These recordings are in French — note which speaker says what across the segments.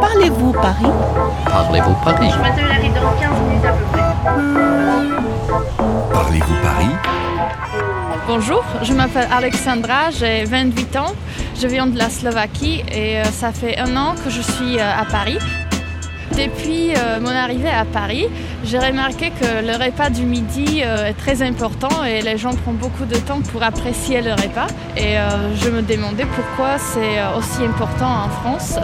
Speaker 1: Parlez-vous Paris
Speaker 2: Parlez-vous Paris
Speaker 3: Mademoiselle arrive dans 15 minutes à peu près.
Speaker 4: Parlez-vous Paris
Speaker 5: Bonjour, je m'appelle Alexandra, j'ai 28 ans, je viens de la Slovaquie et euh, ça fait un an que je suis euh, à Paris. Depuis euh, mon arrivée à Paris, j'ai remarqué que le repas du midi euh, est très important et les gens prennent beaucoup de temps pour apprécier le repas. Et euh, je me demandais pourquoi c'est euh, aussi important en France.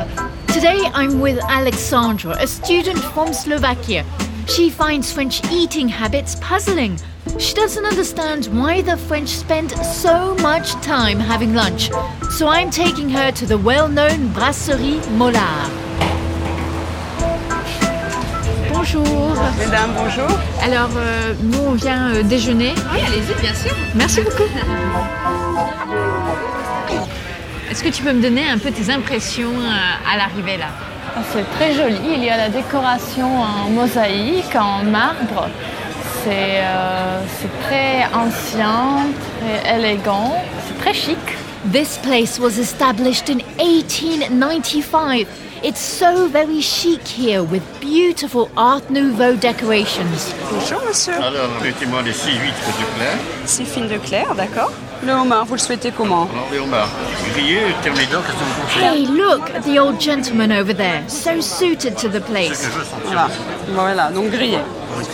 Speaker 6: Today I'm with Alexandra, a student from Slovakia. She finds French eating habits puzzling. She doesn't understand why the French spend so much time having lunch. So I'm taking her to the well known Brasserie Mollard. Bonjour.
Speaker 7: Mesdames, bonjour.
Speaker 6: Alors, euh, nous, on vient euh, déjeuner.
Speaker 7: Oui, allez-y, bien sûr.
Speaker 6: Merci beaucoup. Est-ce que tu peux me donner un peu tes impressions euh, à l'arrivée là
Speaker 5: Ah, C'est très joli, il y a la décoration en mosaïque, en marbre. C'est euh, c'est très ancien, très élégant, c'est très chic.
Speaker 6: This place was established in 1895. It's so very chic here with beautiful Art Nouveau decorations.
Speaker 7: Bonjour, monsieur.
Speaker 8: Alors, mettez-moi les 6 huîtres du plein.
Speaker 7: Séphine de Claire, d'accord. Le homard, vous le souhaitez comment
Speaker 8: Alors, les homards grillés, Thermidor, qu'est-ce que vous pensez
Speaker 6: Hey, look at the old gentleman over there, so suited to the place.
Speaker 8: Je veux sentir.
Speaker 7: Voilà, voilà, donc grillé.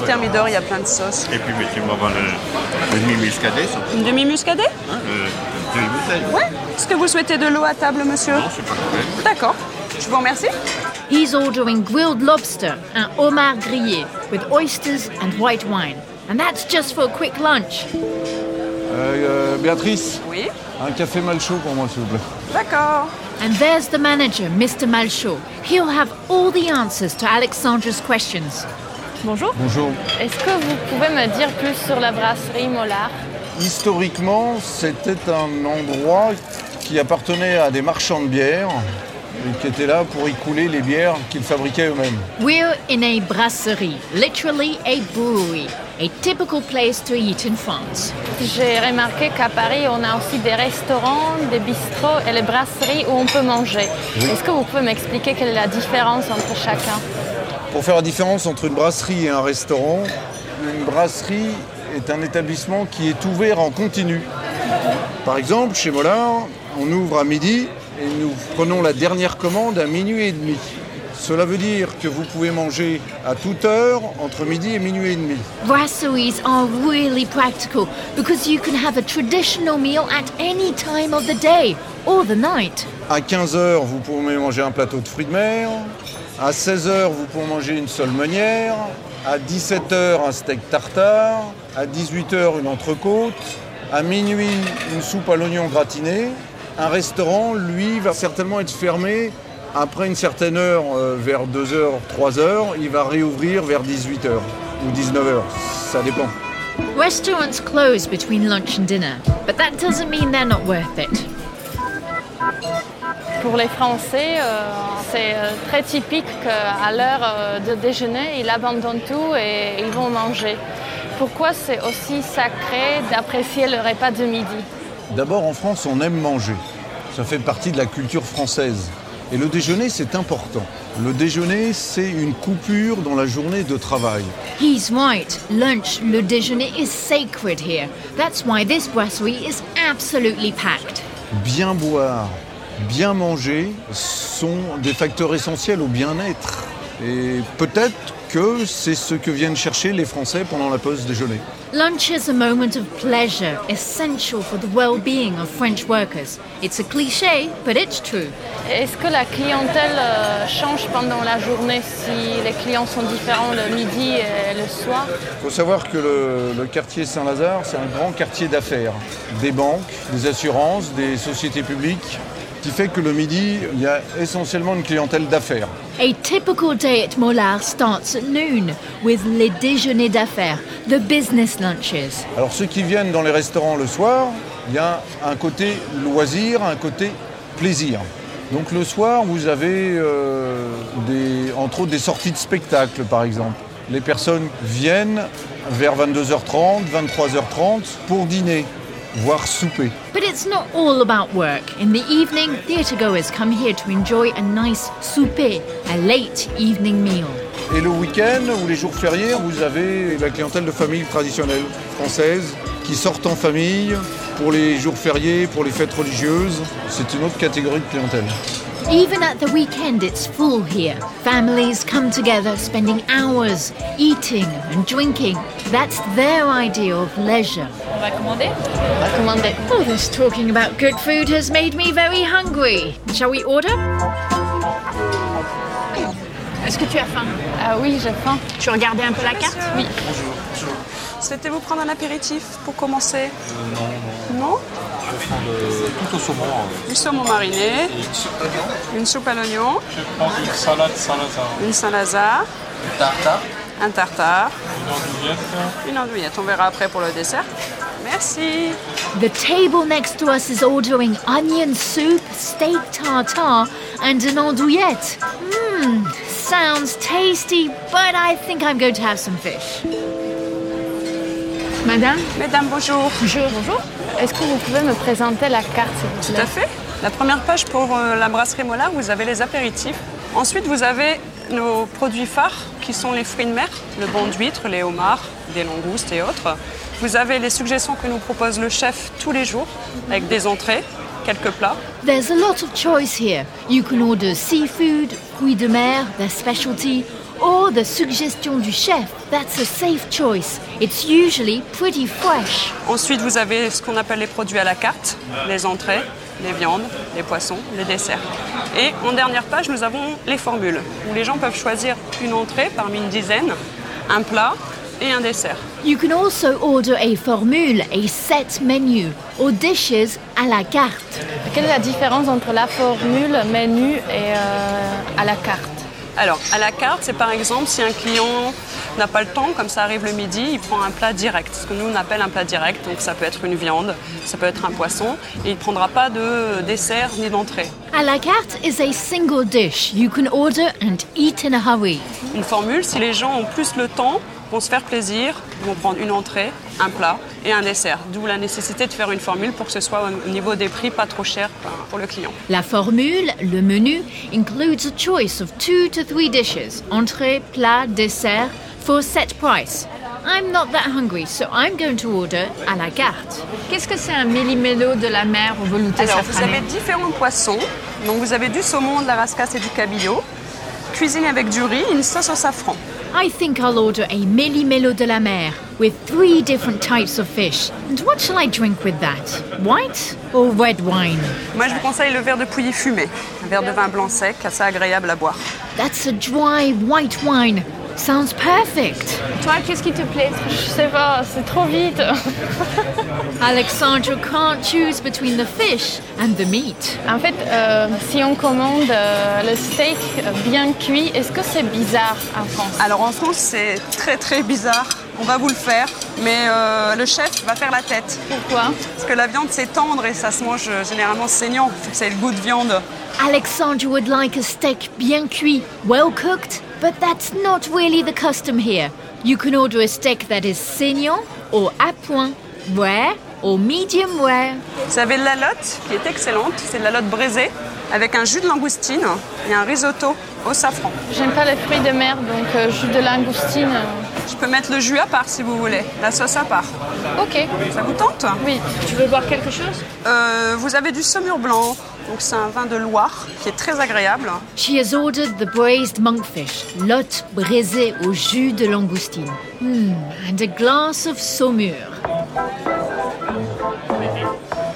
Speaker 7: Thermidor, il y a plein de sauces.
Speaker 8: Et puis, mettez-moi ben, le, le demi-muscadet, ça,
Speaker 7: Une demi-muscadet
Speaker 8: hein, le- de la bouteille.
Speaker 7: Oui. Est-ce que vous souhaitez de l'eau à table, monsieur
Speaker 8: Non, c'est pas cool.
Speaker 7: D'accord. Je vous remercie.
Speaker 6: He's ordering grilled lobster and homard grillé with oysters and white wine. And that's just for a quick lunch.
Speaker 9: Euh, euh, Béatrice,
Speaker 7: Oui.
Speaker 9: un café mal chaud pour moi, s'il vous plaît.
Speaker 7: D'accord.
Speaker 6: And there's the manager, Mr. Malchaud. He'll have all the answers to Alexandra's questions.
Speaker 5: Bonjour,
Speaker 9: Bonjour.
Speaker 5: est-ce que vous pouvez me dire plus sur la brasserie Mollard
Speaker 9: Historiquement, c'était un endroit qui appartenait à des marchands de bière et qui étaient là pour y couler les bières qu'ils fabriquaient eux-mêmes.
Speaker 6: We're in a brasserie, literally a brewery, a typical place to eat in France.
Speaker 5: J'ai remarqué qu'à Paris, on a aussi des restaurants, des bistrots et les brasseries où on peut manger. Est-ce que vous pouvez m'expliquer quelle est la différence entre chacun
Speaker 9: Pour faire la différence entre une brasserie et un restaurant, une brasserie est un établissement qui est ouvert en continu. Par exemple, chez Mollard, on ouvre à midi et nous prenons la dernière commande à minuit et demi. Cela veut dire que vous pouvez manger à toute heure entre midi et minuit et demi.
Speaker 6: Brasseries are really practical because you can have a traditional meal at any time of the day or the night.
Speaker 9: À 15h, vous pouvez manger un plateau de fruits de mer. À 16h, vous pouvez manger une seule meunière. À 17h, un steak tartare. À 18h, une entrecôte. À minuit, une soupe à l'oignon gratiné. Un restaurant, lui, va certainement être fermé après une certaine heure, euh, vers 2h, 3h. Il va réouvrir vers 18h ou 19h. Ça dépend.
Speaker 6: Restaurants close between lunch and dinner, but that doesn't mean they're not worth it.
Speaker 5: Pour les Français, euh, c'est euh, très typique qu'à l'heure euh, de déjeuner, ils abandonnent tout et ils vont manger. Pourquoi c'est aussi sacré d'apprécier le repas de midi
Speaker 9: D'abord, en France, on aime manger. Ça fait partie de la culture française. Et le déjeuner, c'est important. Le déjeuner, c'est une coupure dans la journée de travail.
Speaker 6: He's right. Lunch, le déjeuner is sacred here. That's why this brasserie is absolutely packed.
Speaker 9: Bien boire, bien manger sont des facteurs essentiels au bien-être. Et peut-être que c'est ce que viennent chercher les Français pendant la pause déjeuner.
Speaker 6: Lunch is a moment of pleasure, essential for the well-being of French workers. It's a cliché, but it's true.
Speaker 5: Est-ce que la clientèle euh, change pendant la journée si les clients sont différents le midi et le soir
Speaker 9: Il faut savoir que le, le quartier Saint-Lazare, c'est un grand quartier d'affaires. Des banques, des assurances, des sociétés publiques, qui fait que le midi, il y a essentiellement une clientèle d'affaires.
Speaker 6: A typical day at Mollard starts at noon with les déjeuners d'affaires, the business lunches.
Speaker 9: Alors ceux qui viennent dans les restaurants le soir, il y a un côté loisir, un côté plaisir. Donc le soir, vous avez euh, des- entre autres des sorties de spectacle, par exemple. Les personnes viennent vers 22h30, 23h30 pour dîner. voire souper.
Speaker 6: But it's not all about work. In the evening, theatregoers come here to enjoy a nice souper, a late evening meal.
Speaker 9: Et le week-end ou les jours fériés, vous avez la clientèle de famille traditionnelle française qui sortent en famille pour les jours fériés, pour les fêtes religieuses. C'est une autre catégorie de clientèle.
Speaker 6: Even at the weekend, it's full here. Families come together, spending hours eating and drinking. That's their idea of leisure.
Speaker 1: On va commander
Speaker 5: On va commander.
Speaker 6: All oh, this talking about good food has made me very hungry. Shall we order?
Speaker 1: Est-ce que tu as faim
Speaker 5: Ah oui, j'ai faim.
Speaker 1: Tu regardais un peu la carte
Speaker 5: Oui.
Speaker 7: Souhaitez-vous prendre un apéritif pour commencer
Speaker 2: Euh,
Speaker 7: Non. Non
Speaker 2: Tout au euh, saumon.
Speaker 7: Du saumon mariné,
Speaker 2: Une soupe d'oignon.
Speaker 7: une soupe à l'oignon,
Speaker 2: Je prends une salade salazar.
Speaker 7: une Saint-Lazare,
Speaker 2: Une tartare.
Speaker 7: un tartare,
Speaker 2: Une andouillette.
Speaker 7: une andouillette. On verra après pour le dessert. Merci.
Speaker 6: The table next to us is ordering onion soup, steak tartare, and an andouillette. Mmm, sounds tasty, but I think I'm going to have some fish.
Speaker 5: Madame,
Speaker 7: Mesdames, bonjour.
Speaker 5: bonjour. Bonjour. Est-ce que vous pouvez me présenter la carte, s'il vous
Speaker 7: Tout
Speaker 5: plaît
Speaker 7: à fait. La première page pour euh, la brasserie Mollard, vous avez les apéritifs. Ensuite, vous avez nos produits phares qui sont les fruits de mer, le bon d'huître, les homards, des langoustes et autres. Vous avez les suggestions que nous propose le chef tous les jours avec des entrées, quelques plats.
Speaker 6: There's a lot of choice here. You can order seafood, fruits de mer, their specialty, or the suggestion du chef. That's a safe choice. It's usually pretty fresh.
Speaker 7: Ensuite, vous avez ce qu'on appelle les produits à la carte, les entrées, les viandes, les poissons, les desserts. Et en dernière page, nous avons les formules où les gens peuvent choisir une entrée parmi une dizaine, un plat et un dessert.
Speaker 6: You can also order a formule, a set menu, or dishes à la carte.
Speaker 5: Quelle est la différence entre la formule menu et euh, à la carte
Speaker 7: Alors, à la carte, c'est par exemple si un client n'a pas le temps, comme ça arrive le midi, il prend un plat direct, ce que nous on appelle un plat direct. Donc, ça peut être une viande, ça peut être un poisson, et il ne prendra pas de dessert ni d'entrée.
Speaker 6: À la carte is a single dish you can order and eat in a hurry.
Speaker 7: Une formule, si les gens ont plus le temps, vont se faire plaisir, ils vont prendre une entrée, un plat et un dessert. D'où la nécessité de faire une formule pour que ce soit au niveau des prix pas trop cher ben, pour le client.
Speaker 6: La formule, le menu, includes a choice of two to three dishes, entrée, plat, dessert, for a set price. I'm not that hungry, so I'm going to order à la carte.
Speaker 1: Qu'est-ce que c'est un méli-mélo de la mer au velouté
Speaker 7: Alors, vous
Speaker 1: safrané
Speaker 7: avez différents poissons. Donc, vous avez du saumon, de la rascasse et du cabillaud. Cuisine avec du riz, une sauce au safran.
Speaker 6: I think I'll order a Mili Melo de la Mer with three different types of fish. And what shall I drink with that? White or red wine?
Speaker 7: Moi, je vous conseille le verre de pouilly fumé, un verre de vin blanc sec, assez agréable à boire.
Speaker 6: That's a dry white wine. Sounds perfect.
Speaker 5: Toi, qu'est-ce qui te plaît Je sais pas, c'est trop vite.
Speaker 6: Alexandra can't choose between the fish and the meat.
Speaker 5: En fait, euh, si on commande euh, le steak bien cuit, est-ce que c'est bizarre en France
Speaker 7: Alors, en France, c'est très très bizarre. On va vous le faire, mais euh, le chef va faire la tête.
Speaker 5: Pourquoi
Speaker 7: Parce que la viande, c'est tendre et ça se mange euh, généralement saignant. C'est le goût de viande.
Speaker 6: Alexandra would like a steak bien cuit, well cooked, but that's not really the custom here. You can order a steak that is saignant or à point, rare or medium rare.
Speaker 7: Vous avez de la lotte qui est excellente, c'est de la lotte braisée, avec un jus de langoustine et un risotto au safran.
Speaker 5: J'aime pas les fruits de mer, donc euh, jus de langoustine. euh,
Speaker 7: Je peux mettre le jus à part si vous voulez, la sauce à part.
Speaker 5: Ok,
Speaker 7: Ça vous tente
Speaker 5: oui.
Speaker 1: Tu veux boire quelque chose
Speaker 7: Euh, Vous avez du saumur blanc, donc c'est un vin de Loire qui est très agréable.
Speaker 6: She has ordered the braised monkfish, lotte braisée au jus de langoustine, Hmm, and a glass of saumure.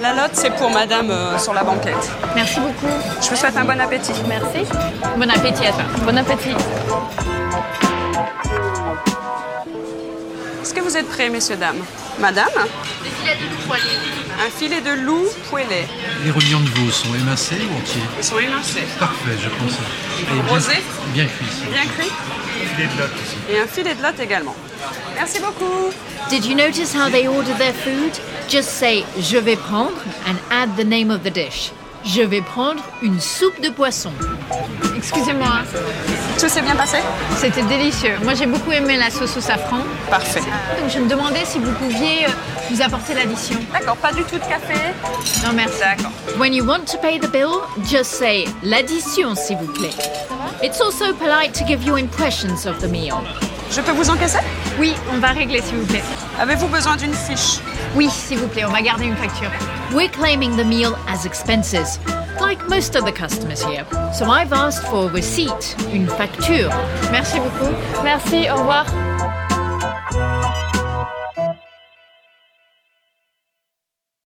Speaker 7: La lotte, c'est pour madame euh, sur la banquette.
Speaker 1: Merci beaucoup.
Speaker 7: Je vous souhaite un bon appétit.
Speaker 5: Merci.
Speaker 1: Bon appétit à toi.
Speaker 5: Bon appétit.
Speaker 7: Est-ce que vous êtes prêts, messieurs, dames Madame Des filets de loup poêlé. Un filet de loup poêlé.
Speaker 2: Les reliants de veau sont émincés ou entiers
Speaker 7: Ils sont émincés,
Speaker 2: Parfait, je pense. Et bien-
Speaker 7: Rosé
Speaker 2: Bien cuit.
Speaker 7: bien cuits. Et un filet de lotte également. Merci beaucoup.
Speaker 6: Did you notice how they order their food? Just say je vais prendre and add the name of the dish. Je vais prendre une soupe de poisson.
Speaker 1: Excusez-moi,
Speaker 7: Tout s'est bien passé
Speaker 1: c'était délicieux. Moi, j'ai beaucoup aimé la sauce au safran.
Speaker 7: Parfait.
Speaker 1: Donc, je me demandais si vous pouviez euh, nous apporter l'addition.
Speaker 7: D'accord, pas du tout de café
Speaker 1: Non, merci.
Speaker 7: D'accord.
Speaker 6: When you want to pay the bill, just say l'addition, s'il vous plaît. It's also polite to give you impressions of the meal.
Speaker 7: Je peux vous encaisser
Speaker 1: Oui, on va régler, s'il vous plaît.
Speaker 7: Avez-vous besoin d'une fiche
Speaker 1: Oui, s'il vous plaît, on va garder une facture.
Speaker 6: We're claiming the meal as expenses, like most other customers here. So I've asked for a receipt, une facture.
Speaker 1: Merci beaucoup.
Speaker 5: Merci, au revoir.